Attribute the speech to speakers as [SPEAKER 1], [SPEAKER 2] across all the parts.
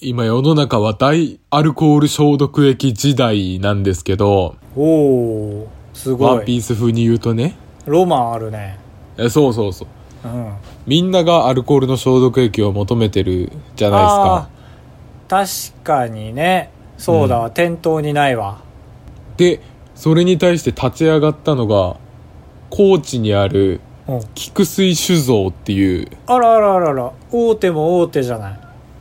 [SPEAKER 1] 今世の中は大アルコール消毒液時代なんですけど、
[SPEAKER 2] おおす
[SPEAKER 1] ワ
[SPEAKER 2] ご
[SPEAKER 1] ンピ
[SPEAKER 2] い
[SPEAKER 1] ース風に言うとね、
[SPEAKER 2] ロマンあるね
[SPEAKER 1] えそうそうそう。
[SPEAKER 2] うん
[SPEAKER 1] みんながアルコールの消毒液を求めてるじゃないですか
[SPEAKER 2] あ。ー確かにねそうだわ、店頭にないわ
[SPEAKER 1] でそれに対して立ち上がったのが高知にある
[SPEAKER 2] うん
[SPEAKER 1] 菊水酒造っていう
[SPEAKER 2] あらあらあらあら大手も大手じゃない
[SPEAKER 1] あ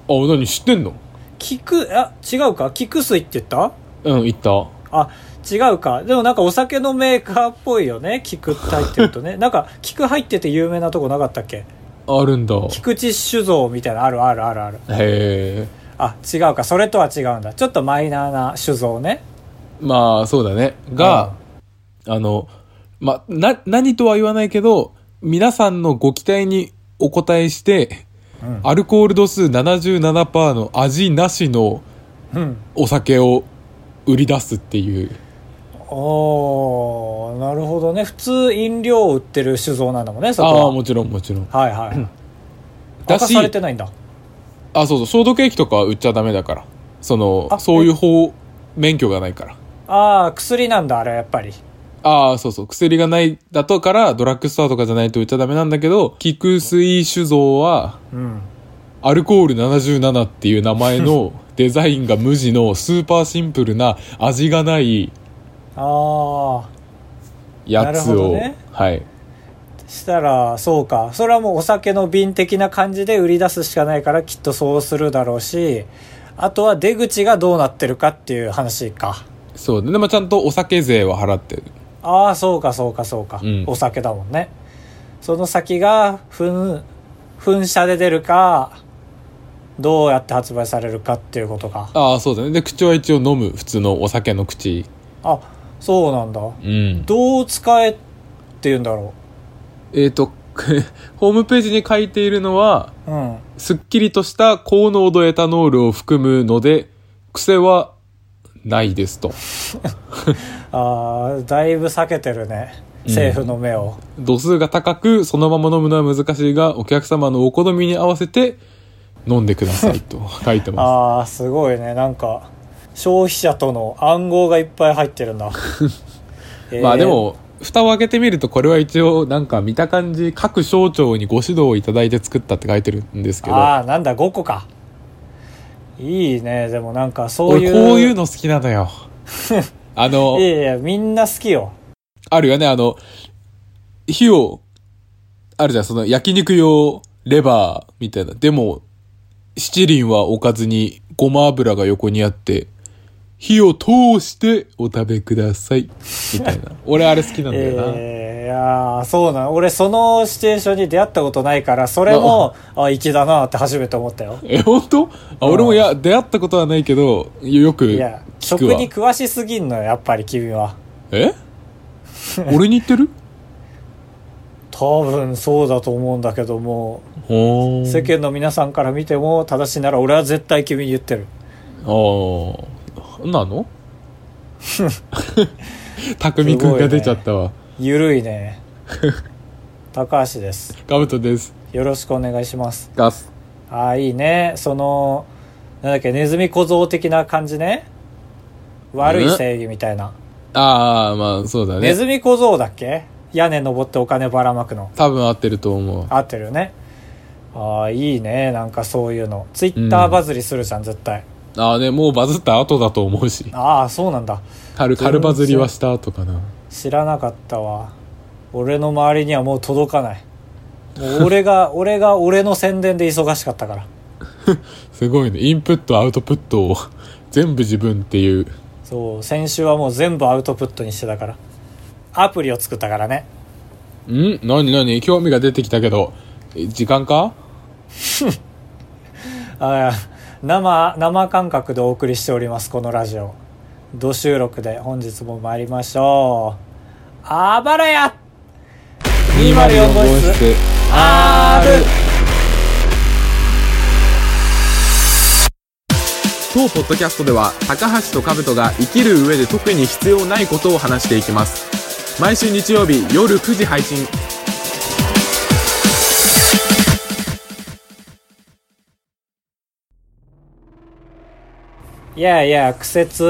[SPEAKER 1] 何知ってんの
[SPEAKER 2] 菊あ違うか菊水って言った
[SPEAKER 1] うん行った
[SPEAKER 2] あ違うかでもなんかお酒のメーカーっぽいよね菊って入って るとねなんか菊入ってて有名なとこなかったっけ
[SPEAKER 1] あるんだへ
[SPEAKER 2] 菊池酒造みたいなのあるあるあるある
[SPEAKER 1] え
[SPEAKER 2] あ違うかそれとは違うんだちょっとマイナーな酒造ね
[SPEAKER 1] まあそうだねが、あのまな何とは言わないけど皆さんのご期待にお応えして
[SPEAKER 2] うん
[SPEAKER 1] アルコール度数77%の味なしの
[SPEAKER 2] うん
[SPEAKER 1] お酒を売り出すっていう
[SPEAKER 2] おーなるほどね普通飲料を売ってる酒造なんだもんねそこは
[SPEAKER 1] ああもちろんもちろん
[SPEAKER 2] はいはい はい
[SPEAKER 1] だし
[SPEAKER 2] 明かされてないんだ
[SPEAKER 1] あ、そうそう、消毒液とかは売っちゃダメだから。その、
[SPEAKER 2] あ
[SPEAKER 1] そういう方、免許がないから。
[SPEAKER 2] ああ薬なんだあれやっぱり
[SPEAKER 1] ああ、そうそう、薬がないだとから、ドラッグストアとかじゃないと売っちゃダメなんだけど、菊水酒造は、
[SPEAKER 2] うん
[SPEAKER 1] アルコール77っていう名前 のデザインが無地のスーパーシンプルな味がない
[SPEAKER 2] ああ
[SPEAKER 1] やつ
[SPEAKER 2] なるほ
[SPEAKER 1] を、
[SPEAKER 2] どね
[SPEAKER 1] はい。
[SPEAKER 2] したらそうかそれはもうお酒の瓶的な感じで売り出すしかないからきっとそうするだろうしあとは出口がどうなってるかっていう話か
[SPEAKER 1] そう。で、まあ、ちゃんとお酒税は払ってる。
[SPEAKER 2] ああそうかそうかそうか、
[SPEAKER 1] うん
[SPEAKER 2] お酒だもんねその先が噴噴射で出るかどうやって発売されるかっていうことか
[SPEAKER 1] ああ、そうだね。で、口は一応飲む、普通のお酒の口。
[SPEAKER 2] あそうなんだ
[SPEAKER 1] うん。
[SPEAKER 2] どう使えっていうんだろ
[SPEAKER 1] えっ、と、 ホームページに書いているのは、
[SPEAKER 2] ううん
[SPEAKER 1] すっきりとした高濃度エタノールを含むので、癖はないですと。
[SPEAKER 2] あーだいぶ避けてるね政府の目を、
[SPEAKER 1] 度数が高く、そのまま飲むのは難しいが、お客様のお好みに合わせて飲んでくださいと 書いてま
[SPEAKER 2] ああすごいねなんか消費者との暗号がいっぱい入ってるんだ、え
[SPEAKER 1] す。
[SPEAKER 2] ー
[SPEAKER 1] まあでも、蓋を開けてみると、これは一応なんか見た感じ、各省庁にご指導をいただいて作ったって書いてるんですけど、
[SPEAKER 2] ああなんだ5個かいいねでもなんかそうい
[SPEAKER 1] 俺
[SPEAKER 2] う
[SPEAKER 1] こういうの好きなの よ。あの
[SPEAKER 2] い、やいやみんな好きよ
[SPEAKER 1] あるよね、あの、火を、あるじゃん、その焼肉用レバーみたいな。でも、七輪は置かずに、ごま油が横にあって、火を通してお食べください。みたい な。俺あれ好きなんだよな。
[SPEAKER 2] えーいやーそうなん俺そのシチュエーションに出会ったことないからそれもあ粋だなって初めて思ったよ
[SPEAKER 1] え、本当あ、俺もいや、出会ったことはないけど、よく
[SPEAKER 2] いや
[SPEAKER 1] 聞
[SPEAKER 2] 食
[SPEAKER 1] くわ。
[SPEAKER 2] に詳しすぎんのよやっぱり君は
[SPEAKER 1] え俺に言ってる
[SPEAKER 2] 多分そうだと思うんだけども
[SPEAKER 1] ほー
[SPEAKER 2] 世間の皆さんから見ても正しいなら俺は絶対君に言ってる
[SPEAKER 1] ああ、な の匠くんが出ちゃったわ。
[SPEAKER 2] ゆる いね高橋です
[SPEAKER 1] ガブトです。
[SPEAKER 2] よろしくお願いします
[SPEAKER 1] ガス。
[SPEAKER 2] ああいいねそのなんだっけネズミ小僧的な感じね悪い正義みたいな、
[SPEAKER 1] ああ、まあそうだ
[SPEAKER 2] ネ
[SPEAKER 1] ね。
[SPEAKER 2] ズミ小僧だっけ屋根登ってお金ばらまくの
[SPEAKER 1] 多分合ってると思う。
[SPEAKER 2] 合ってるよねああいいねなんかそういうのツイッターバズりするじゃん、絶対
[SPEAKER 1] ああね、もうバズった後だと思うし。
[SPEAKER 2] ああそうなんだ
[SPEAKER 1] 軽、軽バズりはした後かな。
[SPEAKER 2] 知らなかったわ俺の周りにはもう届かないもう俺が俺が俺の宣伝で忙しかったから
[SPEAKER 1] すごいね。インプット、アウトプットを 全部自分っていう。
[SPEAKER 2] そう先週はもう全部アウトプットにしてたからアプリを作ったからね
[SPEAKER 1] ん何何興味が出てきたけど、え時間か
[SPEAKER 2] あー生生感覚でお送りしておりますこのラジオ土収録で本日も参りましょうあばらや204号室 R
[SPEAKER 1] 当ポッドキャストでは高橋と兜が生きる上で特に必要ないことを話していきます毎週日曜日夜9時配信
[SPEAKER 2] いやいや苦節、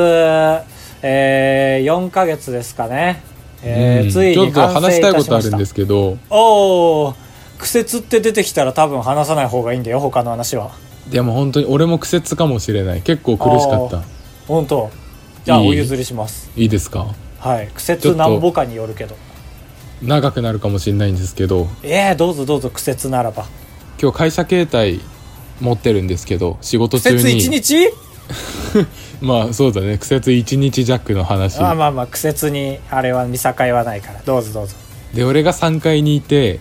[SPEAKER 2] えー、4ヶ月ですかね、えー
[SPEAKER 1] うん
[SPEAKER 2] つい
[SPEAKER 1] ちょ
[SPEAKER 2] に
[SPEAKER 1] っと
[SPEAKER 2] 完
[SPEAKER 1] 話
[SPEAKER 2] 成
[SPEAKER 1] し
[SPEAKER 2] い
[SPEAKER 1] たい
[SPEAKER 2] た
[SPEAKER 1] こ
[SPEAKER 2] し
[SPEAKER 1] とあ
[SPEAKER 2] まし
[SPEAKER 1] るん
[SPEAKER 2] た
[SPEAKER 1] ですけど、
[SPEAKER 2] おお苦節って出てきたら多分話さない方がいいんだよ他の話は
[SPEAKER 1] でも本当に俺も苦節かもしれない。結構苦しかった
[SPEAKER 2] あ。本当じゃあ
[SPEAKER 1] いい
[SPEAKER 2] お譲りします
[SPEAKER 1] いいですか
[SPEAKER 2] はい苦
[SPEAKER 1] ちょっ
[SPEAKER 2] 節
[SPEAKER 1] と
[SPEAKER 2] なんぼかによるけど
[SPEAKER 1] 長くなるかもしれないんですけど、
[SPEAKER 2] ええどうぞどうぞ苦節ならば
[SPEAKER 1] 今日会社携帯持ってるんですけど、仕事
[SPEAKER 2] 苦
[SPEAKER 1] 中
[SPEAKER 2] 節1
[SPEAKER 1] に。
[SPEAKER 2] 日
[SPEAKER 1] まあそうだね、苦節1日弱の話。
[SPEAKER 2] まあまあまあ苦節にあれは見境はないからどうぞどうぞ
[SPEAKER 1] で、俺が3階にいて、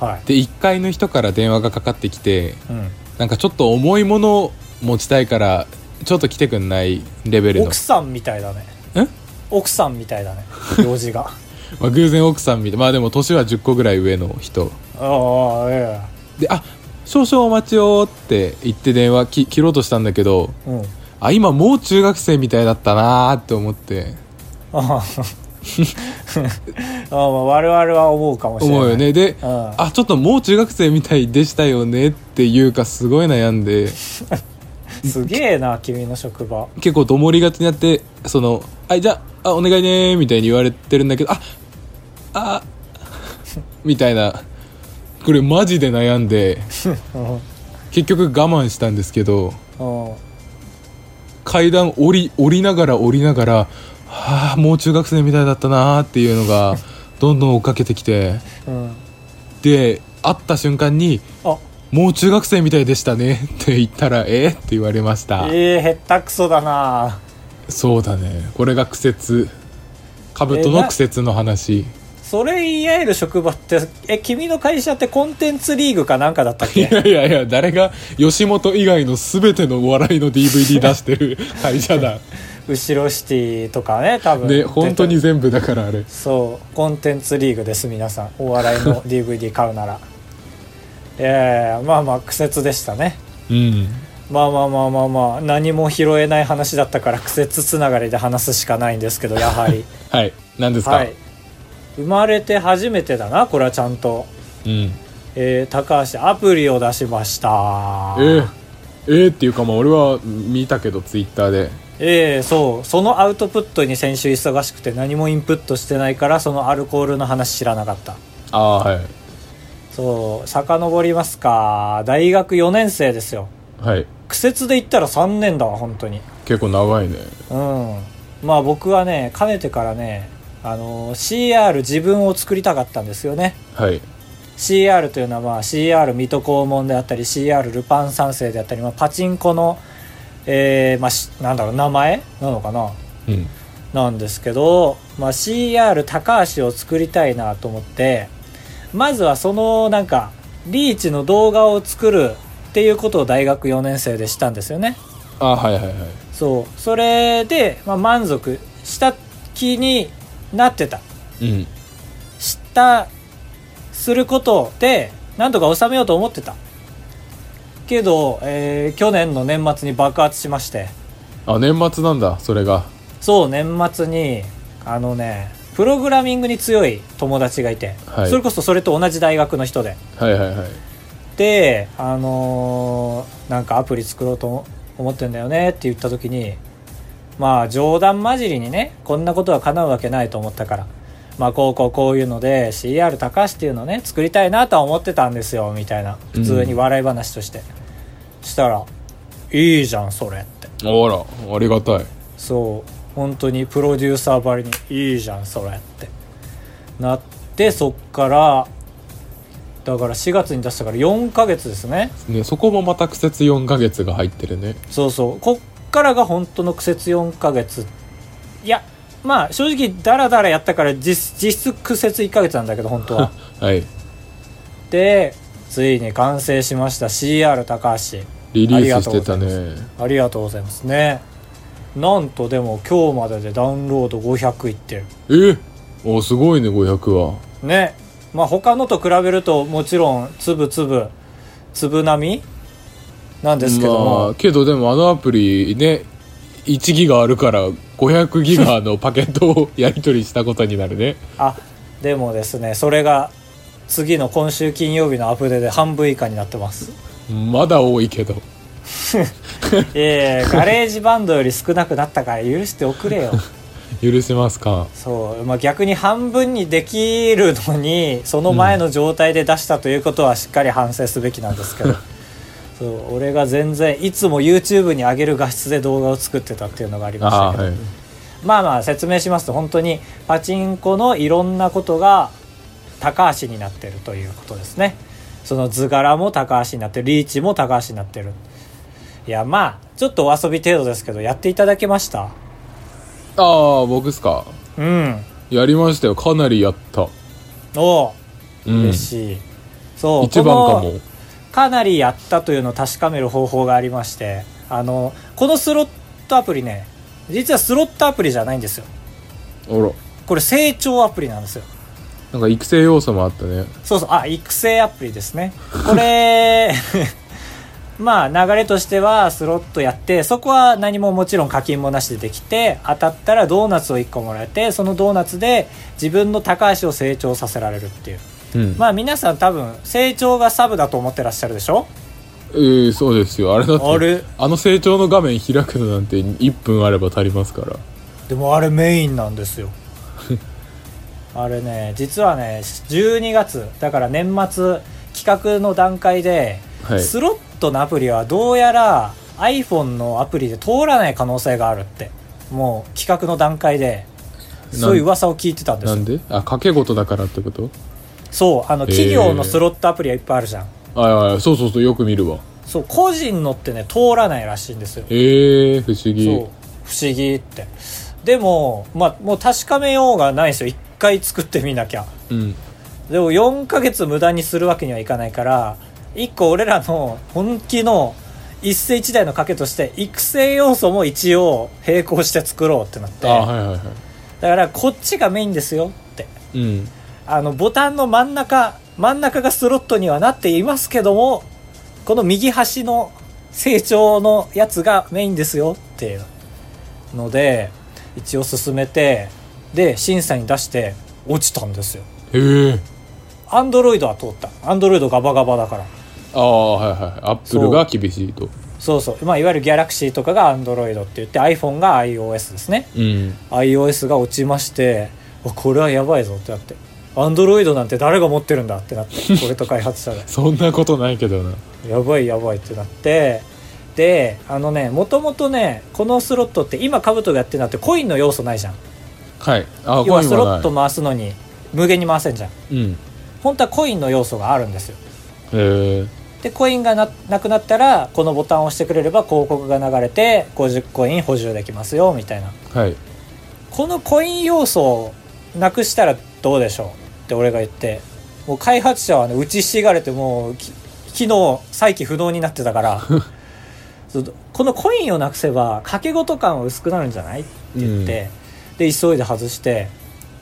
[SPEAKER 2] はい
[SPEAKER 1] で、1階の人から電話がかかってきて、
[SPEAKER 2] うん
[SPEAKER 1] なんかちょっと重いものを持ちたいから、ちょっと来てくんないレベルの
[SPEAKER 2] 奥。さんみたいだね
[SPEAKER 1] え
[SPEAKER 2] 奥さんみた いだね用事が
[SPEAKER 1] まあ偶然奥さん見て、まあでも年は10個ぐらい上の人。
[SPEAKER 2] ああいやいや
[SPEAKER 1] で「あ少々お待ちを」って言って電話き切ろうとしたんだけど
[SPEAKER 2] うん
[SPEAKER 1] あ今もう中学生みたいだったなーって思って
[SPEAKER 2] ああ我々は思うかもしれない
[SPEAKER 1] 思うよねで「
[SPEAKER 2] うん
[SPEAKER 1] あちょっともう中学生みたいでしたよね」っていうかすごい悩んで
[SPEAKER 2] すげえな君の職場
[SPEAKER 1] 結構どもりがちになってその「あじゃああお願いね」みたいに言われてるんだけど「あ あみたいなこれマジで悩ん で
[SPEAKER 2] うん
[SPEAKER 1] 結局我慢したんですけど
[SPEAKER 2] うん
[SPEAKER 1] 階段降り降りながら降りながら、はあ、もう中学生みたいだったなーっていうのがどんどん追っかけてきて
[SPEAKER 2] うん
[SPEAKER 1] で会った瞬間に
[SPEAKER 2] あ
[SPEAKER 1] 「もう中学生みたいでしたね」って言ったら「えっ?」って言われました
[SPEAKER 2] ええへったくそだな
[SPEAKER 1] そうだねこれが苦節カブトの苦節の話
[SPEAKER 2] それ言い合える職場ってえ君の会社ってコンテンツリーグかなんかだったっ
[SPEAKER 1] い
[SPEAKER 2] け
[SPEAKER 1] やいやいや誰が吉本以外の全てのお笑いの DVD 出してる会社だ
[SPEAKER 2] 後ろシティとかね多分
[SPEAKER 1] で本当に
[SPEAKER 2] 出て
[SPEAKER 1] 全部だからあれ
[SPEAKER 2] そうコンテンツリーグです皆さんお笑いの DVD 買うならええまあまあ苦節でしたね
[SPEAKER 1] うん
[SPEAKER 2] まあまあまあまあまあ何も拾えない話だったから苦節つながりで話すしかないんですけどやは り
[SPEAKER 1] はい何ですか、
[SPEAKER 2] はい生まれて初めてだなこれはちゃんと、
[SPEAKER 1] うん
[SPEAKER 2] えー高橋アプリを出しました
[SPEAKER 1] えー、えーっていうかまあ俺は見たけどツイッターで
[SPEAKER 2] ええそうそのアウトプットに先週忙しくて何もインプットしてないからそのアルコールの話知らなかった
[SPEAKER 1] ああはい
[SPEAKER 2] そう遡りますか大学4年生ですよ
[SPEAKER 1] はい
[SPEAKER 2] 苦節で言ったら3年だわ本当に
[SPEAKER 1] 結構長いね
[SPEAKER 2] うんまあ僕はねかねてからねあの CR 自分を作りたかったんですよね
[SPEAKER 1] はい
[SPEAKER 2] CR というのは、まあ、CR 水戸黄門であったり CR ルパン三世であったり、まあ、パチンコの、えーまあ、しなんだろう名前なのかな
[SPEAKER 1] うん
[SPEAKER 2] なんですけど、まあ、CR 高橋を作りたいなと思ってまずはそのなんかリーチの動画を作るっていうことを大学4年生でしたんですよね
[SPEAKER 1] ああはいはいはい
[SPEAKER 2] そうそれで、まあ、満足した気になってた
[SPEAKER 1] うん
[SPEAKER 2] したすることでなんとか収めようと思ってたけど、えー去年の年末に爆発しまして
[SPEAKER 1] あ年末なんだそれが
[SPEAKER 2] そう年末にあのねプログラミングに強い友達がいて、
[SPEAKER 1] はい
[SPEAKER 2] それこそそれと同じ大学の人で
[SPEAKER 1] はいはいはい
[SPEAKER 2] であのーなんかアプリ作ろうと思ってんだよねって言った時にまあ冗談交じりにねこんなことは叶うわけないと思ったからまあこうこうこういうので CR 高橋っていうのね作りたいなとは思ってたんですよみたいな普通に笑い話として、したら「いいじゃんそれ」って
[SPEAKER 1] あらありがたい
[SPEAKER 2] そう本当にプロデューサーばりに「いいじゃんそれ」ってなってそっからだから4月に出したから4ヶ月ですね
[SPEAKER 1] ねそこもまた苦節4ヶ月が入ってるね
[SPEAKER 2] そうそうこっからが本当の苦節4ヶ月いやまあ正直ダラダラやったから実実質苦節1ヶ月なんだけど本当は
[SPEAKER 1] はい
[SPEAKER 2] でついに完成しました CR 高橋
[SPEAKER 1] リリースしてたね
[SPEAKER 2] ありがとうございますねなんとでも今日まででダウンロード500いってる
[SPEAKER 1] えおすごいね500は
[SPEAKER 2] ねまあ他のと比べるともちろん粒々粒並みなんですけ
[SPEAKER 1] ま
[SPEAKER 2] ど
[SPEAKER 1] あ
[SPEAKER 2] も、
[SPEAKER 1] けどでもあのアプリね1ギガあるから500ギガのパケットをやり取りしたことになるね
[SPEAKER 2] あでもですねそれが次の今週金曜日のアップデートで半分以下になってます
[SPEAKER 1] まだ多いけど
[SPEAKER 2] ええガレージバンドより少なくなったから許しておくれよ
[SPEAKER 1] 許せますか
[SPEAKER 2] そう、まあ、逆に半分にできるのにその前の状態で出したということはしっかり反省すべきなんですけど、そう俺が全然いつも YouTube に上げる画質で動画を作ってたっていうのがありました
[SPEAKER 1] あ
[SPEAKER 2] け
[SPEAKER 1] あ
[SPEAKER 2] ど
[SPEAKER 1] はい
[SPEAKER 2] まあまあ説明しますと本当にパチンコのいろんなことが高橋になってるということですねその図柄も高橋になってるリーチも高橋になってるいやまあちょっとお遊び程度ですけどやっていただけました
[SPEAKER 1] ああ僕っすか
[SPEAKER 2] うん
[SPEAKER 1] やりましたよかなりやった
[SPEAKER 2] おう
[SPEAKER 1] うん
[SPEAKER 2] 嬉
[SPEAKER 1] 一
[SPEAKER 2] しい、そう
[SPEAKER 1] 番か
[SPEAKER 2] こ
[SPEAKER 1] も
[SPEAKER 2] のかなりやったというのを確かめる方法がありましてあのこのスロットアプリね実はスロットアプリじゃないんですよ
[SPEAKER 1] あら
[SPEAKER 2] これ成長アプリなんですよ
[SPEAKER 1] なんか育成要素もあったね
[SPEAKER 2] そうそうあ育成アプリですねこれ まあ流れとしてはスロットやってそこは何ももちろん課金もなしでできて当たったらドーナツを1個もらえてそのドーナツで自分の高橋を成長させられるっていう
[SPEAKER 1] うん
[SPEAKER 2] まあ皆さん多分成長がサブだと思ってらっしゃるでしょ
[SPEAKER 1] えー、そうですよあれだって
[SPEAKER 2] あれ
[SPEAKER 1] あの成長の画面開くのなんて1分あれば足りますから
[SPEAKER 2] でもあれメインなんで すよあれね実はね12月だから年末企画の段階で、
[SPEAKER 1] はい
[SPEAKER 2] スロットのアプリはどうやら iPhone のアプリで通らない可能性があるってもう企画の段階で
[SPEAKER 1] なん
[SPEAKER 2] そういう噂を聞いてたんです
[SPEAKER 1] な
[SPEAKER 2] よ
[SPEAKER 1] んであ掛け事だからってこと
[SPEAKER 2] そうあの
[SPEAKER 1] へー
[SPEAKER 2] 企業のスロットアプリはいっぱいあるじゃん、
[SPEAKER 1] ああそうそうそうよく見るわ
[SPEAKER 2] そう個人のってね通らないらしいんですよ
[SPEAKER 1] ええー、不思議
[SPEAKER 2] そう不思議ってでもまあもう確かめようがないですよ一回作ってみなきゃ
[SPEAKER 1] うん
[SPEAKER 2] でも4ヶ月無駄にするわけにはいかないから1個俺らの本気の一世一代の賭けとして育成要素も一応並行して作ろうってなって
[SPEAKER 1] ああはいはいは
[SPEAKER 2] だからこっちがメインですよって
[SPEAKER 1] いうん
[SPEAKER 2] あのボタンの真ん中真ん中がスロットにはなっていますけどもこの右端の成長のやつがメインですよっていうので一応進めてで審査に出して落ちたんですよ
[SPEAKER 1] へえ
[SPEAKER 2] アンドロイドは通ったアンドロイドガバガバだから
[SPEAKER 1] ああはいはいアップルが厳しいと
[SPEAKER 2] そうそう、まあ、いわゆるギャラクシーとかがアンドロイドって言って iPhone が iOS ですね
[SPEAKER 1] うん
[SPEAKER 2] iOS が落ちましてあこれはやばいぞってなってアンドロイドなんて誰が持ってるんだってなってこれと開発者が
[SPEAKER 1] そんなことないけどな
[SPEAKER 2] やばいやばいってなってであのねもともとねこのスロットって今カブトがやってるのってコインの要素ないじゃん
[SPEAKER 1] はいあ
[SPEAKER 2] 要
[SPEAKER 1] コ
[SPEAKER 2] は
[SPEAKER 1] イン
[SPEAKER 2] スロ
[SPEAKER 1] は
[SPEAKER 2] ッ
[SPEAKER 1] な
[SPEAKER 2] ト
[SPEAKER 1] い
[SPEAKER 2] 回すのに無限に回せんじゃん
[SPEAKER 1] うん
[SPEAKER 2] 本当はコインの要素があるんですよ
[SPEAKER 1] へえ
[SPEAKER 2] でコインがななくなったらこのボタンを押してくれれば広告が流れて50コイン補充できますよみたいな
[SPEAKER 1] はい
[SPEAKER 2] このコイン要素をなくしたらどうでしょうって俺が言ってもう開発者はね打ちひしがれてもうき機能再起不能になってたからそうこのコインをなくせば掛け事感は薄くなるんじゃないって言って、で急いで外して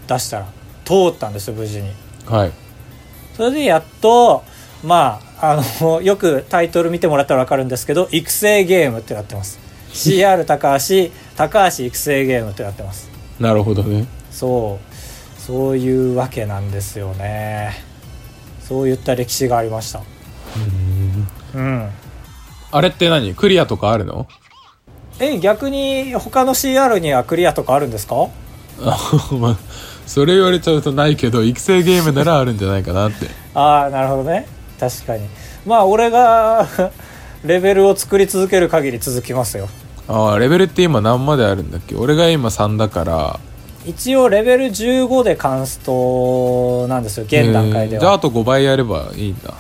[SPEAKER 2] 出したら通ったんですよ無事に
[SPEAKER 1] はい
[SPEAKER 2] それでやっとまああの よくタイトル見てもらったら分かるんですけど育成ゲームってなってます CR 高橋高橋育成ゲームってなってます
[SPEAKER 1] なるほどね
[SPEAKER 2] そうそういうわけなんですよねそういった歴史がありました
[SPEAKER 1] うん
[SPEAKER 2] うん
[SPEAKER 1] あれって何クリアとかあるの
[SPEAKER 2] え逆に他の CR にはクリアとかあるんですか
[SPEAKER 1] あ まあそれ言われちゃうとないけど育成ゲームならあるんじゃないかなって
[SPEAKER 2] ああなるほどね確かにまあ俺が レベルを作り続ける限り続きますよ
[SPEAKER 1] ああレベルって今何まであるんだっけ俺が今3だから
[SPEAKER 2] 一応レベル15でカンストなんですよ現段階で
[SPEAKER 1] えーじゃあ
[SPEAKER 2] は
[SPEAKER 1] あと5倍やればいいんだ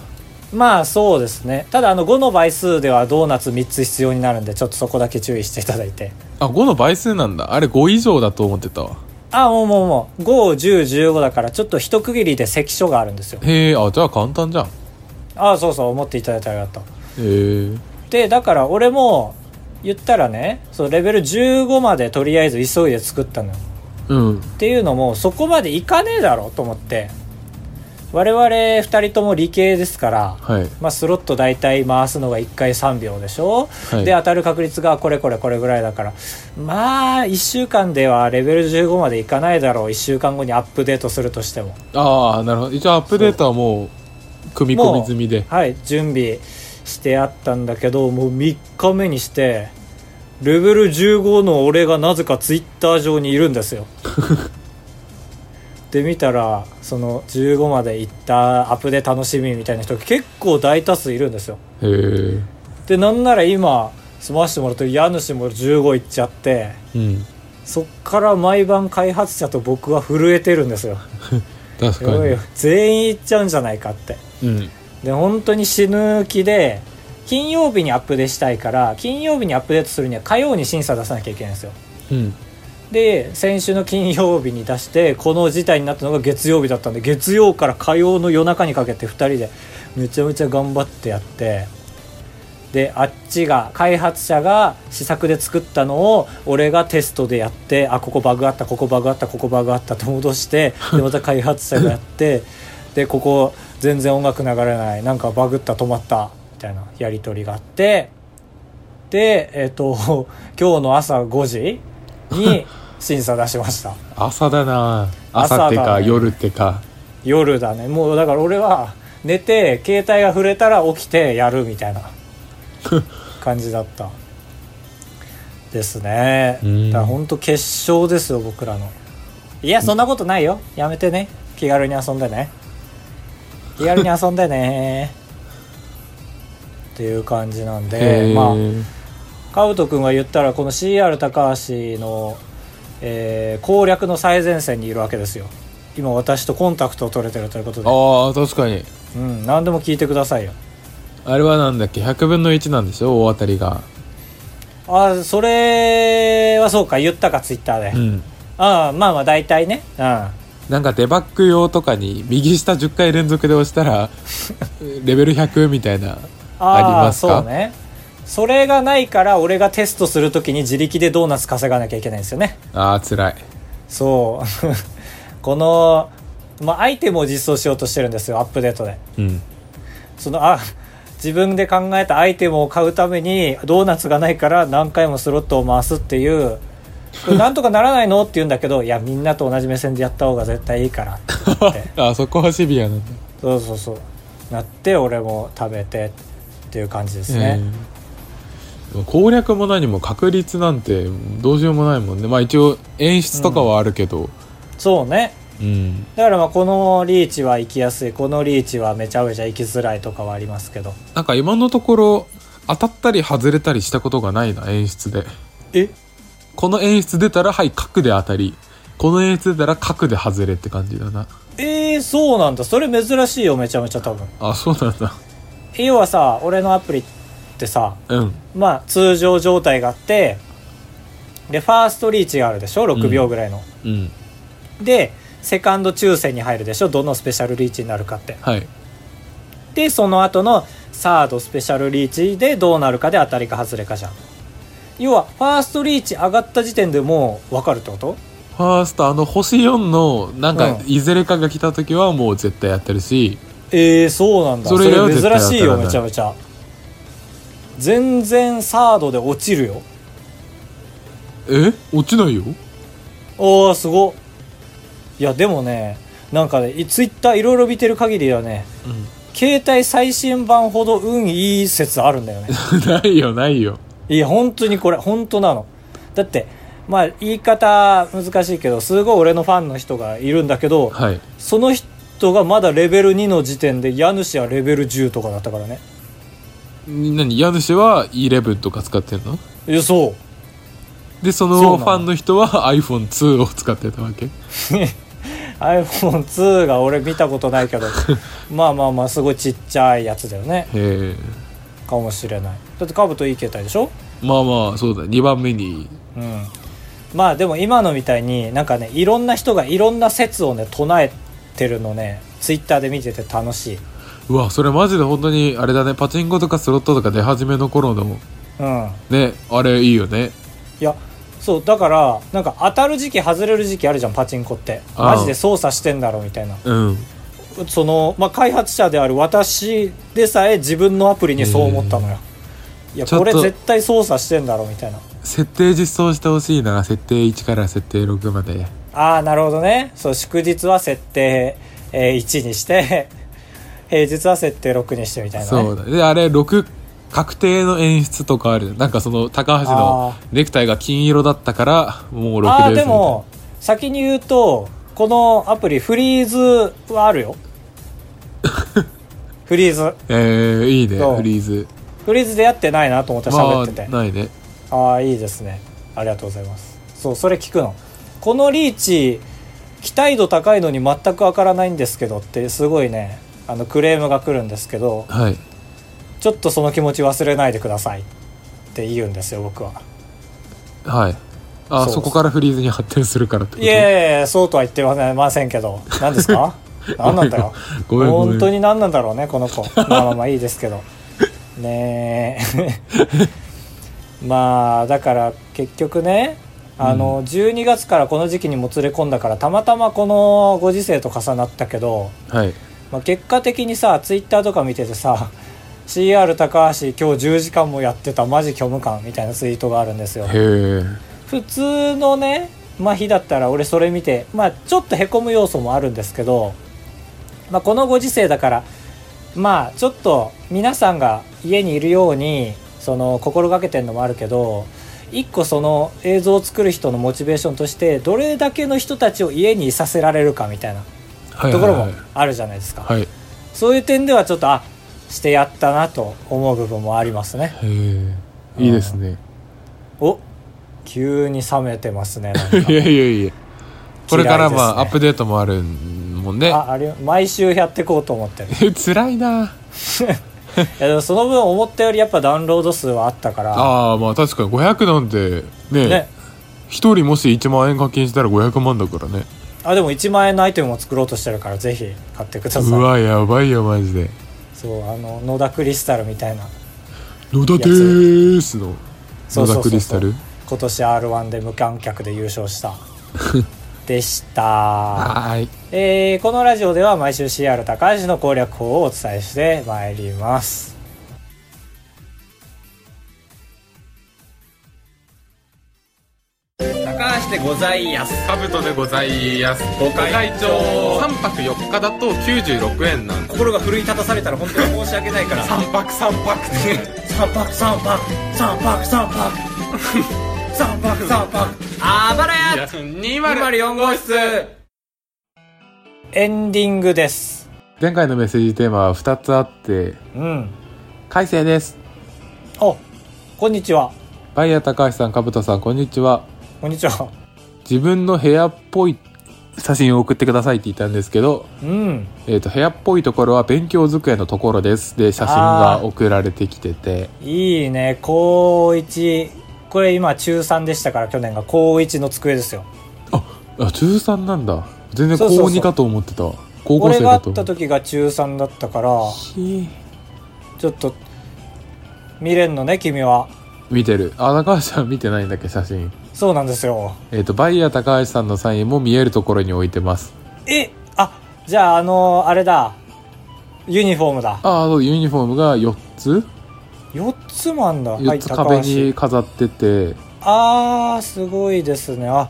[SPEAKER 2] まあそうですねただあの5の倍数ではドーナツ3つ必要になるんでちょっとそこだけ注意していただいて
[SPEAKER 1] あ5の倍数なんだあれ5以上だと思ってたわ
[SPEAKER 2] あもうもうもう51015だからちょっと一区切りで関所があるんですよ
[SPEAKER 1] へえあじゃあ簡単じゃんへ
[SPEAKER 2] あそうそう思っていただいたらよかった
[SPEAKER 1] え
[SPEAKER 2] でだから俺も言ったらねそうレベル15までとりあえず急いで作ったのよ
[SPEAKER 1] うん
[SPEAKER 2] っていうのもそこまでいかねえだろうと思って我々2人とも理系ですから
[SPEAKER 1] はい
[SPEAKER 2] まあ、スロット大体回すのが1回3秒でしょ、
[SPEAKER 1] はい
[SPEAKER 2] で当たる確率がこれこれこれぐらいだからまあ1週間ではレベル15までいかないだろう1週間後にアップデートするとしても
[SPEAKER 1] ああなるほど一応アップデートはもう組み込み済みで
[SPEAKER 2] はい準備してあったんだけどもう3日目にしてレベル15の俺がなぜかツイッター上にいるん ですよで見たらその15まで行ったアップで楽しみみたいな人が結構大多数いるんですよ
[SPEAKER 1] へえ
[SPEAKER 2] でなんなら今済ましてもらうと家主も15行っちゃって
[SPEAKER 1] うん
[SPEAKER 2] そっから毎晩開発者と僕は震えてるんですよ
[SPEAKER 1] 確
[SPEAKER 2] す
[SPEAKER 1] か
[SPEAKER 2] ごい
[SPEAKER 1] に
[SPEAKER 2] よ全員行っちゃうんじゃないかって
[SPEAKER 1] うん
[SPEAKER 2] で本当に死ぬ気で金曜日にアップデートしたいから金曜日にアップデートするには火曜に審査出さなきゃいけないんですよ
[SPEAKER 1] うん
[SPEAKER 2] で先週の金曜日に出してこの事態になったのが月曜日だったんで月曜から火曜の夜中にかけて2人でめちゃめちゃ頑張ってやってであっちが開発者が試作で作ったのを俺がテストでやってあここバグあったここバグあったここバグあったと戻してでまた開発者がやってでここ全然音楽流れないなんかバグった止まったみたいなやり取りがあってでえっ、と今日の朝5時に審査出しました
[SPEAKER 1] 朝だな
[SPEAKER 2] 朝
[SPEAKER 1] 朝
[SPEAKER 2] だ
[SPEAKER 1] って
[SPEAKER 2] ね
[SPEAKER 1] か夜ってか
[SPEAKER 2] 夜だねもうだから俺は寝て携帯が触れたら起きてやるみた いな感じだったですね
[SPEAKER 1] うん
[SPEAKER 2] だからほんと決勝ですよ僕らのいやそんなことないよやめてね気軽に遊んでね気軽に遊ん でねっていう感じなんで
[SPEAKER 1] へえ
[SPEAKER 2] まあカウト君が言ったらこの CR 高橋の、えー攻略の最前線にいるわけですよ今私とコンタクトを取れてるということで、
[SPEAKER 1] ああ確かに
[SPEAKER 2] うん、何でも聞いてくださいよ
[SPEAKER 1] あれはなんだっけ100分の1なんでしょ大当たりが
[SPEAKER 2] ああそれはそうか言ったかツイッター
[SPEAKER 1] う
[SPEAKER 2] で、
[SPEAKER 1] ん
[SPEAKER 2] ああまあまあ大体ねうん
[SPEAKER 1] なんかデバッグ用とかに右下10回連続で押した らレベル100みたいなあり
[SPEAKER 2] ああ
[SPEAKER 1] ますか
[SPEAKER 2] そうねそれがないから俺がテストするときに自力でドーナツ稼がなきゃいけないんですよね
[SPEAKER 1] ああ辛い
[SPEAKER 2] そう この、まあ、アイテムを実装しようとしてるんですよアップデートで
[SPEAKER 1] うん
[SPEAKER 2] そのあ自分で考えたアイテムを買うためにドーナツがないから何回もスロットを回すっていうこれなんとかならないのって言うんだけどいやみんなと同じ目線でやった方が絶対いい からって言って
[SPEAKER 1] あそこはシビアなんだ
[SPEAKER 2] そうそうそうなって俺も食べてっていう感じですね、
[SPEAKER 1] えー攻略も何も確率なんてどうしようもないもんねまあ一応演出とかはあるけど
[SPEAKER 2] そうね
[SPEAKER 1] うん、
[SPEAKER 2] だからまあこのリーチは行きやすいこのリーチはめちゃめちゃ行きづらいとかはありますけど
[SPEAKER 1] なんか今のところ当たったり外れたりしたことがないな演出で
[SPEAKER 2] え
[SPEAKER 1] この演出出たらはい角で当たりこの演出出たら角で外れって感じだな
[SPEAKER 2] えー、そうなんだそれ珍しいよめちゃめちゃ多分
[SPEAKER 1] あそうなんだ
[SPEAKER 2] 要はさ俺のアプリってさ
[SPEAKER 1] うん
[SPEAKER 2] まあ通常状態があってでファーストリーチがあるでしょ6秒ぐらいの、
[SPEAKER 1] うん
[SPEAKER 2] でセカンド抽選に入るでしょどのスペシャルリーチになるかって
[SPEAKER 1] はい
[SPEAKER 2] でその後のサードスペシャルリーチでどうなるかで当たりか外れかじゃん要はファーストリーチ上がった時点でもう分かるってこと
[SPEAKER 1] ファーストあの星4のなんか
[SPEAKER 2] うん
[SPEAKER 1] いずれかが来た時はもう絶対やってるし、
[SPEAKER 2] えー、そうなんだそ
[SPEAKER 1] そ
[SPEAKER 2] れ
[SPEAKER 1] れ以外は絶対
[SPEAKER 2] 珍しいよ
[SPEAKER 1] 当たらない
[SPEAKER 2] めちゃめちゃ全然サードで落ちるよ
[SPEAKER 1] え落ちないよ
[SPEAKER 2] おーすごっいやでもねなんかねツイッターいろいろ見てる限りではね携帯最新版ほど運いい説ある んだよね
[SPEAKER 1] うん ないよないよ
[SPEAKER 2] いや本当にこれ本当なのだってまあ言い方難しいけどすごい俺のファンの人がいるんだけど
[SPEAKER 1] はい
[SPEAKER 2] その人がまだレベル2の時点で家主はレベル10とかだったからね
[SPEAKER 1] に何家主は11とか使ってんの
[SPEAKER 2] いやそう
[SPEAKER 1] でそ
[SPEAKER 2] そう
[SPEAKER 1] の
[SPEAKER 2] なの
[SPEAKER 1] ファンの人は iPhone2 を使ってたわけ
[SPEAKER 2] iPhone2 が俺見たことない けどまあまあまあすごいちっちゃいやつだよね
[SPEAKER 1] ええ
[SPEAKER 2] かもしれないだってカブといい携帯でしょ
[SPEAKER 1] まあまあそうだ2番目に
[SPEAKER 2] うんまあでも今のみたいになんかねいろんな人がいろんな説をね唱えてるのねツイッターで見てて楽しい、
[SPEAKER 1] うわそれマジで本当にあれだねパチンコとかスロットとか出始めの頃の
[SPEAKER 2] うん、
[SPEAKER 1] ねあれいいよね
[SPEAKER 2] いやそうだからなんか当たる時期外れる時期あるじゃんパチンコって
[SPEAKER 1] ああ
[SPEAKER 2] マジで操作してんだろうみたいな
[SPEAKER 1] うん
[SPEAKER 2] その、まあ、開発者である私でさえ自分のアプリにそう思ったのよいや
[SPEAKER 1] ちょっ
[SPEAKER 2] ことれ絶対操作してんだろうみたいな
[SPEAKER 1] 設定実装してほしいな設定1から設定6まで
[SPEAKER 2] ああなるほどねそう祝日は設定、えー1にして 平日は設定6にしてみたいな、ね、
[SPEAKER 1] そうだであれ6確定の演出とかあるじゃんなんかその高橋の
[SPEAKER 2] あ
[SPEAKER 1] ネクタイが金色だったからもう
[SPEAKER 2] あ
[SPEAKER 1] 6
[SPEAKER 2] あ
[SPEAKER 1] です
[SPEAKER 2] でも先に言うとこのアプリフリーズはあ るよフリーズ
[SPEAKER 1] えー、いいね
[SPEAKER 2] そう
[SPEAKER 1] フリーズ
[SPEAKER 2] フリーズでやってないなと思って
[SPEAKER 1] ま
[SPEAKER 2] 喋
[SPEAKER 1] あ
[SPEAKER 2] ってて、
[SPEAKER 1] ないね
[SPEAKER 2] ああいいですねありがとうございますそうそれ聞くのこのリーチ期待度高いのに全くわからないんですけどってすごいねあのクレームが来るんですけど
[SPEAKER 1] はい
[SPEAKER 2] ちょっとその気持ち忘れないでくださいって言うんですよ僕は
[SPEAKER 1] はいあ
[SPEAKER 2] そ
[SPEAKER 1] そうこからフリーズに発展するからってこと
[SPEAKER 2] いえいえそうとは言ってませんけど何です か何なんだよ
[SPEAKER 1] ごめんごめん
[SPEAKER 2] 本当に何なんだろうねこの子まあまあまあいいですけど ねえ まあだから結局ねあの、12月からこの時期にもつれ込んだからたまたまこのご時世と重なったけど、
[SPEAKER 1] はい
[SPEAKER 2] まあ、結果的にさツイッターとか見ててさ CR 高橋今日10時間もやってたマジ虚無感みたいなツイートがあるんですよ
[SPEAKER 1] へえ
[SPEAKER 2] 普通のね、まあ、日だったら俺それ見て、まあ、ちょっとへこむ要素もあるんですけど、まあ、このご時世だからまあちょっと皆さんが家にいるようにその心がけてるのもあるけど一個その映像を作る人のモチベーションとしてどれだけの人たちを家にいさせられるかみたいな
[SPEAKER 1] はい
[SPEAKER 2] ところ
[SPEAKER 1] は
[SPEAKER 2] も
[SPEAKER 1] い
[SPEAKER 2] あるじゃないですか、
[SPEAKER 1] はい、はい、へ
[SPEAKER 2] そういう点ではちょっとあしてやったなと思う部分もありますね
[SPEAKER 1] えいいですね
[SPEAKER 2] お急に冷めてますねなんか
[SPEAKER 1] いやいやいやこれからまあ、
[SPEAKER 2] 嫌いですね
[SPEAKER 1] アップデートもあるもんね
[SPEAKER 2] ああれ毎週やっていこうと 思ってるい
[SPEAKER 1] え辛いな
[SPEAKER 2] やでもその分思ったよりやっぱダウンロード数はあったから
[SPEAKER 1] ああまあ確かに500なんて
[SPEAKER 2] ね
[SPEAKER 1] ね一人もし1万円課金したら500万だからね
[SPEAKER 2] あでも1万円のアイテムも作ろうとしてるからぜひ買ってくださいう
[SPEAKER 1] わやばいよマジで
[SPEAKER 2] そうあの野田クリスタルみたいな
[SPEAKER 1] 野田でーすの
[SPEAKER 2] そう
[SPEAKER 1] 野
[SPEAKER 2] そ
[SPEAKER 1] 田
[SPEAKER 2] うそうそ
[SPEAKER 1] ク
[SPEAKER 2] う
[SPEAKER 1] リスタル
[SPEAKER 2] 今年 r 1で無観客で優勝した でした
[SPEAKER 1] はーい
[SPEAKER 2] えーこのラジオでは毎週 CR 高橋の攻略法をお伝えしてまいります高橋でございやす
[SPEAKER 1] カブトでございますご
[SPEAKER 2] 会長
[SPEAKER 1] 3泊4日だと96円なんで
[SPEAKER 2] 心が奮い立たされたら本当に申し訳ないから三泊三泊って三泊三泊三泊三泊三泊三泊あばらや
[SPEAKER 1] 204号室
[SPEAKER 2] エンディングです
[SPEAKER 1] 前回のメッセージテーマは2つあって
[SPEAKER 2] うん
[SPEAKER 1] 「改正です
[SPEAKER 2] おこんにちは」
[SPEAKER 1] バイヤー高橋さんカブトさんこんにちは
[SPEAKER 2] こんにちは
[SPEAKER 1] 自分の部屋っぽい写真を送ってくださいって言ったんですけど
[SPEAKER 2] うん
[SPEAKER 1] えー、と部屋っぽいところは勉強机のところですで写真が送られてきてて
[SPEAKER 2] いいね高一これ今中3でしたから去年が高一の机ですよ
[SPEAKER 1] ああ中3なんだ全然高
[SPEAKER 2] そうそうそう
[SPEAKER 1] 2かと思ってた高校
[SPEAKER 2] 俺
[SPEAKER 1] 生
[SPEAKER 2] があ
[SPEAKER 1] か
[SPEAKER 2] っ
[SPEAKER 1] と思
[SPEAKER 2] た
[SPEAKER 1] って
[SPEAKER 2] 時が中3だったから
[SPEAKER 1] ひー
[SPEAKER 2] ちょっと見れんのね君は
[SPEAKER 1] 見てるあ高橋さん見てないんだっけ写真
[SPEAKER 2] そうなんですよ
[SPEAKER 1] えっ、とバイヤー高橋さんのサインも見えるところに置いてます
[SPEAKER 2] えあじゃああのあれだユニフォームだ
[SPEAKER 1] ああのユニフォームが4つ
[SPEAKER 2] 4つもあんだは
[SPEAKER 1] 4
[SPEAKER 2] い
[SPEAKER 1] つ
[SPEAKER 2] 高
[SPEAKER 1] 壁
[SPEAKER 2] 橋
[SPEAKER 1] に飾ってて、
[SPEAKER 2] あーすごいですねあ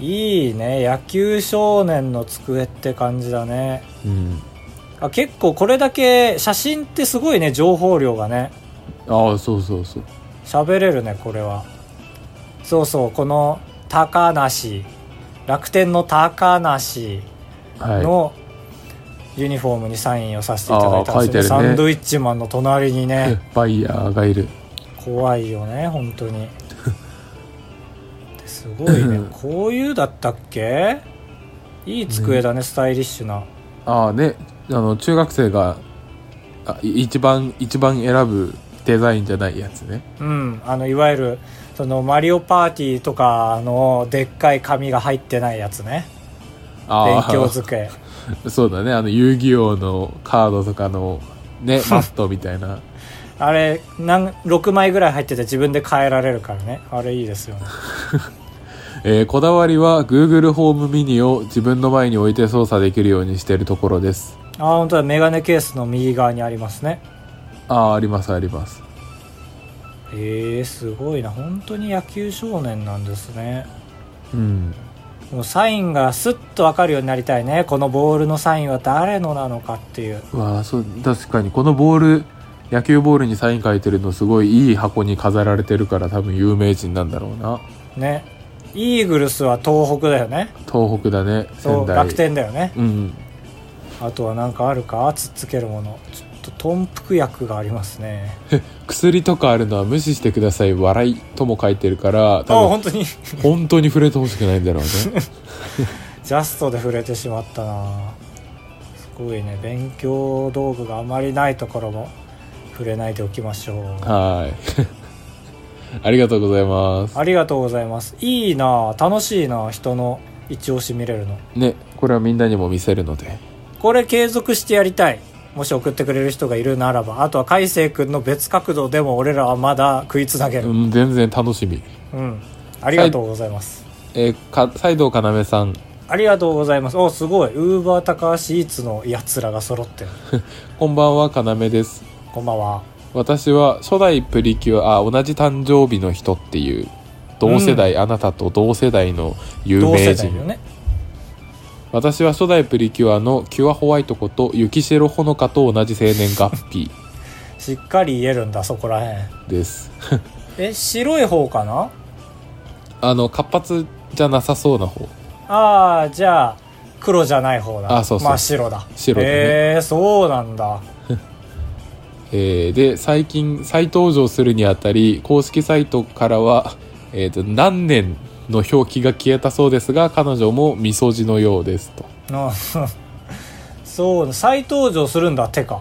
[SPEAKER 2] いいね野球少年の机って感じだね
[SPEAKER 1] うん
[SPEAKER 2] あ結構これだけ写真ってすごいね情報量がね
[SPEAKER 1] ああそうそうそう
[SPEAKER 2] 喋れるねこれはそうそうこの高梨楽天の高梨
[SPEAKER 1] はい
[SPEAKER 2] のユニフォームにサインをさせていただいたんで
[SPEAKER 1] あ
[SPEAKER 2] す
[SPEAKER 1] ー書いてある
[SPEAKER 2] ね
[SPEAKER 1] ね
[SPEAKER 2] サンドイッチマンの隣に
[SPEAKER 1] え
[SPEAKER 2] ね
[SPEAKER 1] バイヤーがいる
[SPEAKER 2] 怖いよね本当にですごいね
[SPEAKER 1] うん
[SPEAKER 2] こういうだったっけいい机だねスタイリッシュな
[SPEAKER 1] ああねあの中学生があい一番一番選ぶデザインじゃないやつね
[SPEAKER 2] うんあのいわゆるそのマリオパーティーとかのでっかい紙が入ってないやつね勉
[SPEAKER 1] あ
[SPEAKER 2] 強机
[SPEAKER 1] あ そうだねあの遊戯王のカードとかの ねマストみたいな
[SPEAKER 2] あれなん6枚ぐらい入ってて自分で変えられるからねあれいいですよね
[SPEAKER 1] えーこだわりは Google ホームミニを自分の前に置いて操作できるようにしているところです
[SPEAKER 2] あ本当だメガネケースの右側にありますね
[SPEAKER 1] ああありますあります
[SPEAKER 2] えー、すごいな本当に野球少年なんですね
[SPEAKER 1] うん
[SPEAKER 2] もうサインがスッと分かるようになりたいねこのボールのサインは誰のなのかっていう
[SPEAKER 1] わあそう確かにこのボール野球ボールにサイン書いてるのすごいいい箱に飾られてるから多分有名人なんだろうな
[SPEAKER 2] ねイーグルスは東北だよね
[SPEAKER 1] 東北だね
[SPEAKER 2] そ
[SPEAKER 1] 仙
[SPEAKER 2] う
[SPEAKER 1] 台
[SPEAKER 2] 楽天だよね
[SPEAKER 1] うん
[SPEAKER 2] あとは何かあるかつっつけるものちょっと豚腹薬がありますね
[SPEAKER 1] 薬とかあるのは無視してください笑いとも書いてるから
[SPEAKER 2] あ
[SPEAKER 1] 多分
[SPEAKER 2] 本当に
[SPEAKER 1] 本当に触れてほしくないんだろう ね
[SPEAKER 2] ジャストで触れてしまったなすごいね勉強道具があまりないところも触れないでおきましょう
[SPEAKER 1] はーい ありがとうございます
[SPEAKER 2] ありがとうございますいいな楽しいな人の一押し見れるの
[SPEAKER 1] ねこれはみんなにも見せるので
[SPEAKER 2] これ継続してやりたいもし送ってくれる人がいるならばあとは海星くんの別角度でも俺らはまだ食いつなげる
[SPEAKER 1] うん全然楽しみ
[SPEAKER 2] うんありがとうございます、
[SPEAKER 1] えー、か西堂要さん
[SPEAKER 2] ありがとうございますおすごいウーバー高橋イーツのやつらが揃ってる
[SPEAKER 1] こんばんは要です
[SPEAKER 2] こんばんは
[SPEAKER 1] 私は初代プリキュアあ同じ誕生日の人っていう同世代、あなたと同世代の有
[SPEAKER 2] 同世
[SPEAKER 1] 名
[SPEAKER 2] 代
[SPEAKER 1] 人、
[SPEAKER 2] よね
[SPEAKER 1] 私は初代プリキュアのキュアホワイトこと雪白ほのかと同じ生年月日
[SPEAKER 2] しっかり言えるんだそこらへん
[SPEAKER 1] です
[SPEAKER 2] え白い方かな
[SPEAKER 1] あの活発じゃなさそうな方
[SPEAKER 2] ああじゃあ黒じゃない方だ
[SPEAKER 1] あそうそう
[SPEAKER 2] まあ白だ
[SPEAKER 1] 白だね
[SPEAKER 2] へえそうなんだ
[SPEAKER 1] えーで最近再登場するにあたり公式サイトからは、えーと何年の表記が消えたそうですが彼女もみそじのようですと
[SPEAKER 2] あ そう再登場するんだてか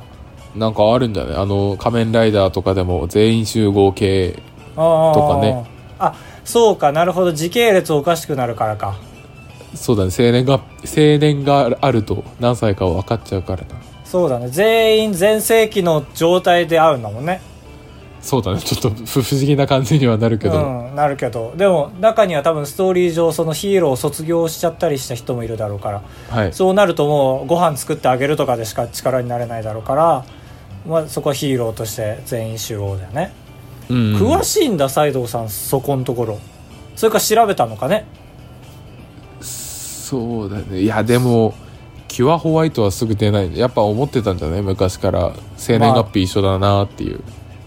[SPEAKER 1] なんかあるんじゃないあの仮面ライダーとかでも全員集合系
[SPEAKER 2] あー
[SPEAKER 1] とかね
[SPEAKER 2] あそうかなるほど時系列おかしくなるからか
[SPEAKER 1] そうだね生年が生年があると何歳か分かっちゃうからな
[SPEAKER 2] そうだね全員全盛期の状態で会うんだもんね
[SPEAKER 1] そうだねちょっと不不思議な感じにはなるけど、
[SPEAKER 2] うんなるけどでも中には多分ストーリー上そのヒーローを卒業しちゃったりした人もいるだろうから
[SPEAKER 1] はい
[SPEAKER 2] そうなるともうご飯作ってあげるとかでしか力になれないだろうから、まあ、そこはヒーローとして全員集合だよね、
[SPEAKER 1] うん
[SPEAKER 2] 詳しいんだ斎藤さんそこんところそれか調べたのかね
[SPEAKER 1] そうだねいやでもキュアホワイトはすぐ出ないやっぱ思ってたんじゃない昔から生年月日一緒だなっていう、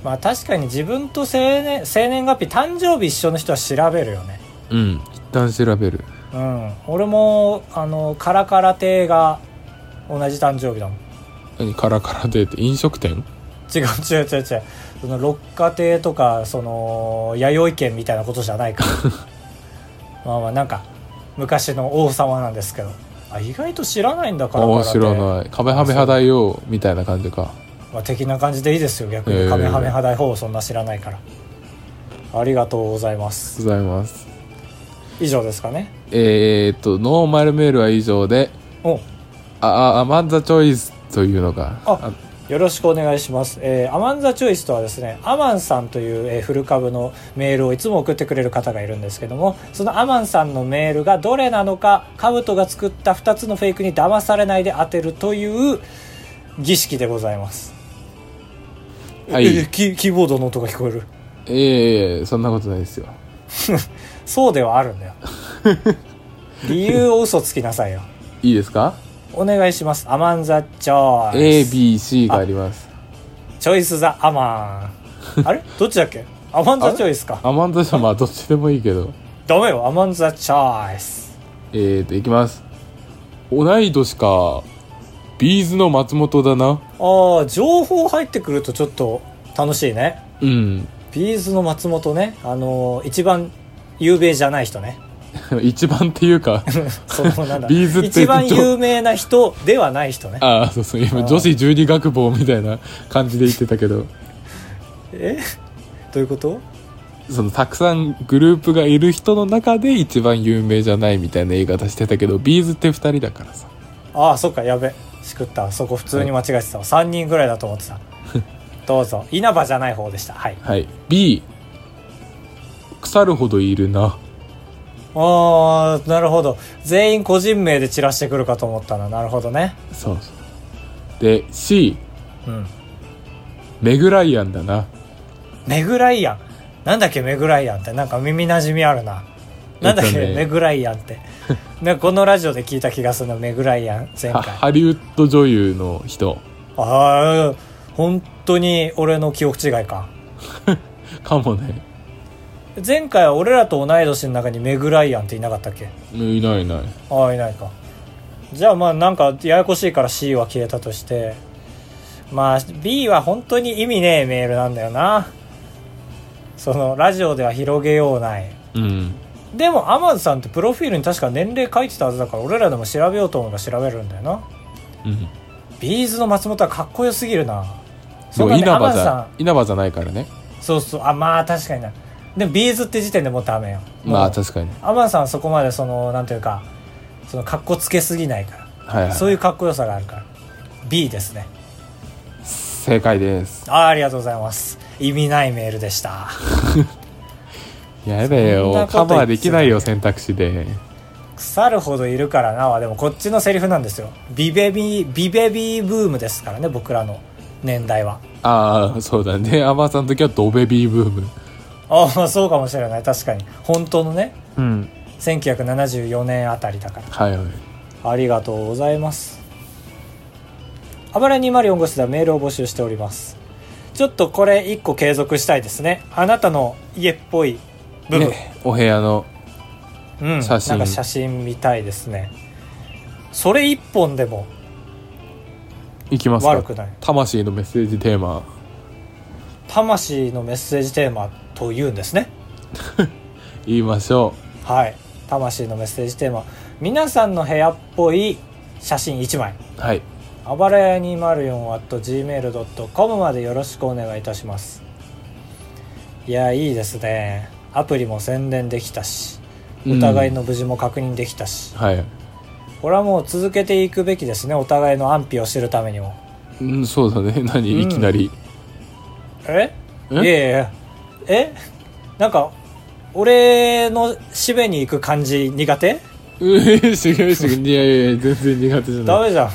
[SPEAKER 2] まあ確かに自分と生年生年月日誕生日一緒の人は調べるよね
[SPEAKER 1] うん一旦調べる
[SPEAKER 2] うん俺もあのカラカラ亭が同じ誕生日だもん
[SPEAKER 1] 何カラカラでって飲食店
[SPEAKER 2] 違う違う違う違うその六花亭とかその弥生県みたいなことじゃないから まあまあなんか昔の王様なんですけどあ意外と知らないんだから
[SPEAKER 1] 面白
[SPEAKER 2] ま
[SPEAKER 1] ないカメハメ派大王みたいな感じか
[SPEAKER 2] あ、的な感じでいいですよ逆に
[SPEAKER 1] えー
[SPEAKER 2] カメハメ派大法そんな知らないから、ありがとうございます
[SPEAKER 1] ございます
[SPEAKER 2] 以上ですかね
[SPEAKER 1] えー、っとノーマルメールは以上で
[SPEAKER 2] お
[SPEAKER 1] ああアマンザチョイスというのが
[SPEAKER 2] あよろしくお願いします、えーアマンザチョイスとはですねアマンさんという、えーフル株のメールをいつも送ってくれる方がいるんですけどもそのアマンさんのメールがどれなのかカブトが作った2つのフェイクに騙されないで当てるという儀式でございます
[SPEAKER 1] はい
[SPEAKER 2] えーキキーボードの音が聞こえる
[SPEAKER 1] いえいえそんなことないですよ
[SPEAKER 2] そうではあるんだ よ理由を嘘つきなさいよ
[SPEAKER 1] いいですか
[SPEAKER 2] お願いしますアマンザチョイス
[SPEAKER 1] ABC があります
[SPEAKER 2] チョイスザアマンあれどっちだっけアマンザチョイスか
[SPEAKER 1] アマンザ社まあどっちでもいいけど
[SPEAKER 2] ダメよ、アマンザチョイス。
[SPEAKER 1] えーといきます同い年かビーズの松本だな
[SPEAKER 2] ああ、情報入ってくるとちょっと楽しいね。
[SPEAKER 1] うん
[SPEAKER 2] ビーズの松本ね、あのー一番有名じゃない人ね。
[SPEAKER 1] 一番っていう か
[SPEAKER 2] そのなん だ。
[SPEAKER 1] ビーズって
[SPEAKER 2] 一番有名な人ではない人ね。
[SPEAKER 1] ああそうそう今女子十二学坊みたいな感じで言ってたけど
[SPEAKER 2] えどういうこと
[SPEAKER 1] そのたくさんグループがいる人の中で一番有名じゃないみたいな言い方してたけどビーズって二人だからさ
[SPEAKER 2] ああ、そっか、やべ。しくった。そこ普通に間違えてたわ。3人ぐらいだと 思ってた。どうぞ。稲葉じゃない方でした。はい。
[SPEAKER 1] はい B 腐るほどいるな
[SPEAKER 2] ああ、なるほど。全員個人名で散らしてくるかと思ったな。なるほどね。
[SPEAKER 1] そうそうで C
[SPEAKER 2] うん。
[SPEAKER 1] メグライアンだな
[SPEAKER 2] メグライアンなんだっけメグライアンってなんか耳なじみあるななんだっけ、
[SPEAKER 1] えっとね
[SPEAKER 2] メグライアン って。なんかこのラジオで聞いた気がするの、メグライアン、前
[SPEAKER 1] は
[SPEAKER 2] 回。
[SPEAKER 1] ハリウッド女優の人
[SPEAKER 2] ああ、本当に俺の記憶違いか。
[SPEAKER 1] かもね
[SPEAKER 2] 前回は俺らと同い年の中にメグライアンっていなかったっけ
[SPEAKER 1] いないいない
[SPEAKER 2] ああ、いないか。じゃあまあなんかややこしいから C は消えたとして。まあ B は本当に意味ねえメールなんだよな。そのラジオでは広げようない。
[SPEAKER 1] うん
[SPEAKER 2] でもアマズさんってプロフィールに確か年齢書いてたはずだから俺らでも調べようと思えば調べるんだよな。
[SPEAKER 1] うん
[SPEAKER 2] ビーズの松本はかっこよすぎるな。
[SPEAKER 1] で
[SPEAKER 2] そう
[SPEAKER 1] も
[SPEAKER 2] だね、
[SPEAKER 1] 稲
[SPEAKER 2] ア
[SPEAKER 1] 葉
[SPEAKER 2] マ
[SPEAKER 1] じ
[SPEAKER 2] ズさ
[SPEAKER 1] ゃ稲葉じゃないからね
[SPEAKER 2] ん。そうそう、あ、まあ確かにな。でもビーズって時点でもうダメよ。もう
[SPEAKER 1] まあ確かに
[SPEAKER 2] アマンさんはそこまでそのなんていうかそのかっこつけすぎないから、
[SPEAKER 1] はい、
[SPEAKER 2] そ
[SPEAKER 1] は
[SPEAKER 2] う
[SPEAKER 1] い、
[SPEAKER 2] いうかっこよさがあるから B ですね
[SPEAKER 1] 正解です
[SPEAKER 2] あーありがとうございます意味ないメールでした
[SPEAKER 1] やべえ
[SPEAKER 2] そんな
[SPEAKER 1] よ
[SPEAKER 2] こと
[SPEAKER 1] カバーできない
[SPEAKER 2] 言
[SPEAKER 1] よ
[SPEAKER 2] ってた
[SPEAKER 1] 選択肢で
[SPEAKER 2] 腐るほどいるからなはでもこっちのセリフなんですよビベビービベビーブームですからね僕らの年代は
[SPEAKER 1] ああそうだねアマさんの時はドベビーブーム
[SPEAKER 2] ああそうかもしれない確かに本当のね
[SPEAKER 1] うん
[SPEAKER 2] 1974年あたりだか
[SPEAKER 1] はいはい
[SPEAKER 2] らありがとうございますあばれ204号室ではメールを募集しておりますちょっとこれ一個継続したいですねあなたの家っぽい部分、
[SPEAKER 1] ね、お部屋の
[SPEAKER 2] うん、
[SPEAKER 1] 写真
[SPEAKER 2] なんか写真みたいですねそれ一本でも
[SPEAKER 1] いきますか
[SPEAKER 2] 悪くない
[SPEAKER 1] 魂のメッセージテーマ
[SPEAKER 2] 魂のメッセージテーマというんですね
[SPEAKER 1] 言いましょ
[SPEAKER 2] はい魂のメッセージテーマ皆さんの部屋っぽい写真1枚
[SPEAKER 1] うはい
[SPEAKER 2] あばらや 204.gmail.com までよろしくお願いいたしますいやいいですねアプリも宣伝できたしお互いの無事も確認できたし、
[SPEAKER 1] はい
[SPEAKER 2] これはもう続けていくべきですねお互いの安否を知るためにも
[SPEAKER 1] うんそうだね何いきなり、
[SPEAKER 2] え
[SPEAKER 1] え
[SPEAKER 2] いやいやいやえなんか俺のしべに行く感じ苦手
[SPEAKER 1] うえ違う違ういやいやいや全然苦手じゃ
[SPEAKER 2] ダ
[SPEAKER 1] ない
[SPEAKER 2] メじゃん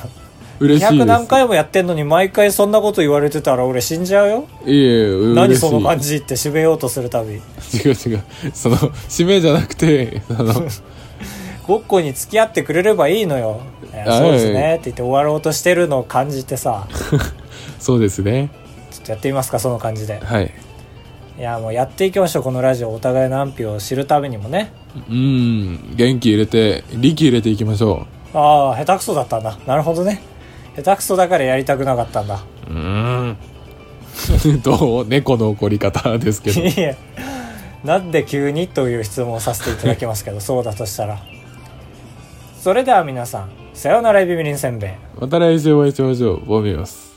[SPEAKER 1] 嬉しい
[SPEAKER 2] 200
[SPEAKER 1] です
[SPEAKER 2] 何回もやってんのに毎回そんなこと言われてたら俺死んじゃうよ
[SPEAKER 1] いやいや嬉しい
[SPEAKER 2] 何その感じってしべようとするたび
[SPEAKER 1] 違う違うその締めじゃなくて あの
[SPEAKER 2] ごっこに付き合ってくれればいいのよ、えー
[SPEAKER 1] はい
[SPEAKER 2] そうですねって言って終わろうとしてるのを感じてさ
[SPEAKER 1] そうですね
[SPEAKER 2] ちょっとやってみますかその感じで
[SPEAKER 1] はい
[SPEAKER 2] いやもうやっていきましょうこのラジオお互いの安否を知るためにもね
[SPEAKER 1] うん元気入れて力入れていきましょ
[SPEAKER 2] ああ下手くそだったんだなるほどね下手くそだからやりたくなかったんだ
[SPEAKER 1] ううーんどう 猫の怒り方ですけ
[SPEAKER 2] い
[SPEAKER 1] ど
[SPEAKER 2] えいえなんで急にという質問をさせていただきますけどそうだとしたらそれでは皆さんさようならエビビリンせんべい
[SPEAKER 1] また来週お会いしましょうボミオス